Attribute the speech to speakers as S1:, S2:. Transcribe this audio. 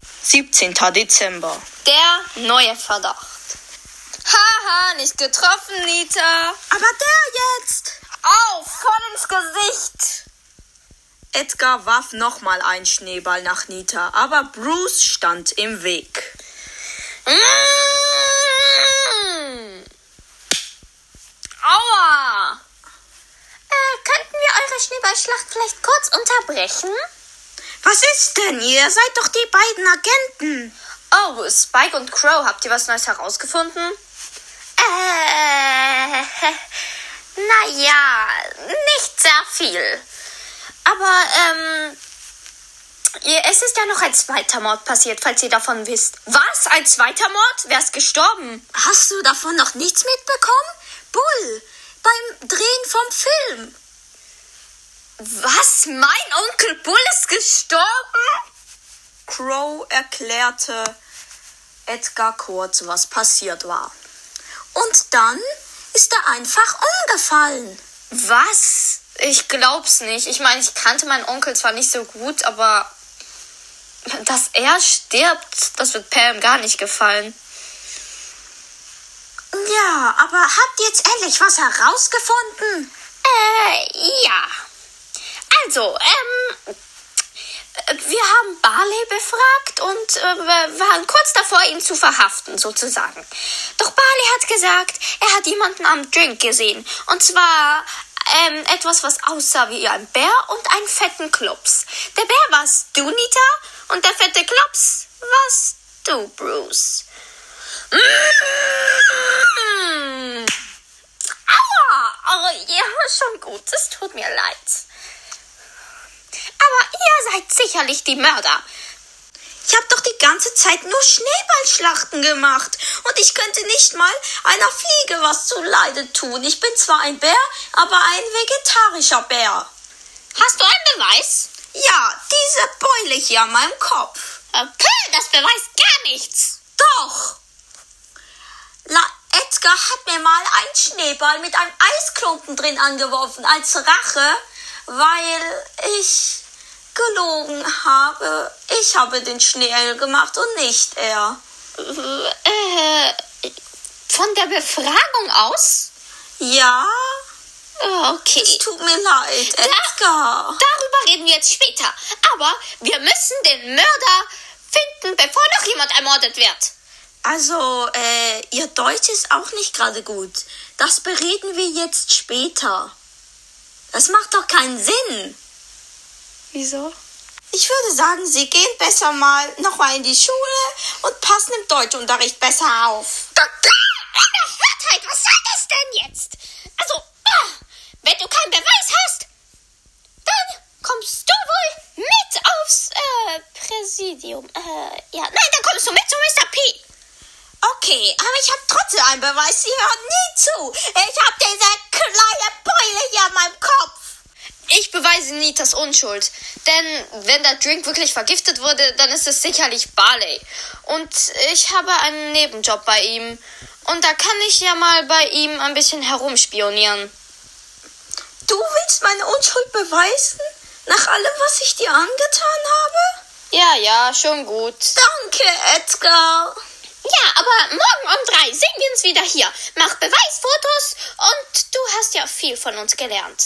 S1: 17. Dezember.
S2: Der neue Verdacht. Haha, nicht getroffen, Nita.
S3: Aber der jetzt!
S2: Auf, voll ins Gesicht.
S1: Edgar warf nochmal einen Schneeball nach Nita, aber Bruce stand im Weg.
S2: Mmh. Aua. Äh, könnten wir eure Schneeballschlacht vielleicht kurz unterbrechen?
S3: Was ist denn? Ihr seid doch die beiden Agenten.
S2: Oh, Spike und Crow, habt ihr was Neues herausgefunden? Äh, naja, nicht sehr viel. Aber, ähm, ihr- es ist ja noch ein zweiter Mord passiert, falls ihr davon wisst. Was? Ein zweiter Mord? Wer ist gestorben?
S3: Hast du davon noch nichts mitbekommen? Bull, beim Drehen vom Film.
S2: Was? Mein Onkel Bull ist gestorben?
S1: Crow erklärte Edgar kurz, was passiert war.
S3: Und dann ist er einfach umgefallen.
S2: Was? Ich glaub's nicht. Ich meine, ich kannte meinen Onkel zwar nicht so gut, aber dass er stirbt, das wird Pam gar nicht gefallen.
S3: Ja, aber habt ihr jetzt endlich was herausgefunden?
S2: Äh, ja. Also, ähm, äh, wir haben Barley befragt und äh, wir waren kurz davor, ihn zu verhaften, sozusagen. Doch Barley hat gesagt, er hat jemanden am Drink gesehen. Und zwar ähm, etwas, was aussah wie ein Bär und einen fetten Klops. Der Bär warst du, Nita, und der fette Klops warst du, Bruce. Mmh. Aua! Aber ja, schon gut. Es tut mir leid. Aber ihr seid sicherlich die Mörder.
S3: Ich hab doch die ganze Zeit nur Schneeballschlachten gemacht. Und ich könnte nicht mal einer Fliege was zuleide tun. Ich bin zwar ein Bär, aber ein vegetarischer Bär.
S2: Hast du einen Beweis?
S3: Ja, diese Beule hier an meinem Kopf.
S2: Okay, das beweist gar nichts.
S3: Doch! La Edgar hat mir mal einen Schneeball mit einem Eisklumpen drin angeworfen, als Rache, weil ich gelogen habe. Ich habe den Schnee gemacht und nicht er.
S2: Äh, von der Befragung aus?
S3: Ja,
S2: Okay.
S3: tut mir leid, Edgar.
S2: Darüber reden wir jetzt später. Aber wir müssen den Mörder finden, bevor noch jemand ermordet wird.
S3: Also, äh, ihr Deutsch ist auch nicht gerade gut. Das bereden wir jetzt später. Das macht doch keinen Sinn.
S2: Wieso?
S3: Ich würde sagen, Sie gehen besser mal nochmal in die Schule und passen im Deutschunterricht besser auf.
S2: Eine Hörtheit, was soll das denn jetzt? Also, ah, wenn du keinen Beweis hast, dann kommst du wohl mit aufs äh, Präsidium. Äh, ja, nein, dann kommst du mit zu Mr. P.
S3: Okay, aber ich habe trotzdem einen Beweis. Sie hören nie zu. Ich habe diese kleine Beule hier an meinem Kopf.
S2: Ich beweise Nitas Unschuld, denn wenn der Drink wirklich vergiftet wurde, dann ist es sicherlich Barley. Und ich habe einen Nebenjob bei ihm. Und da kann ich ja mal bei ihm ein bisschen herumspionieren.
S3: Du willst meine Unschuld beweisen? Nach allem, was ich dir angetan habe?
S2: Ja, ja, schon gut.
S3: Danke, Edgar.
S2: Ja, aber morgen um drei sehen wir uns wieder hier. Mach Beweisfotos und du hast ja viel von uns gelernt.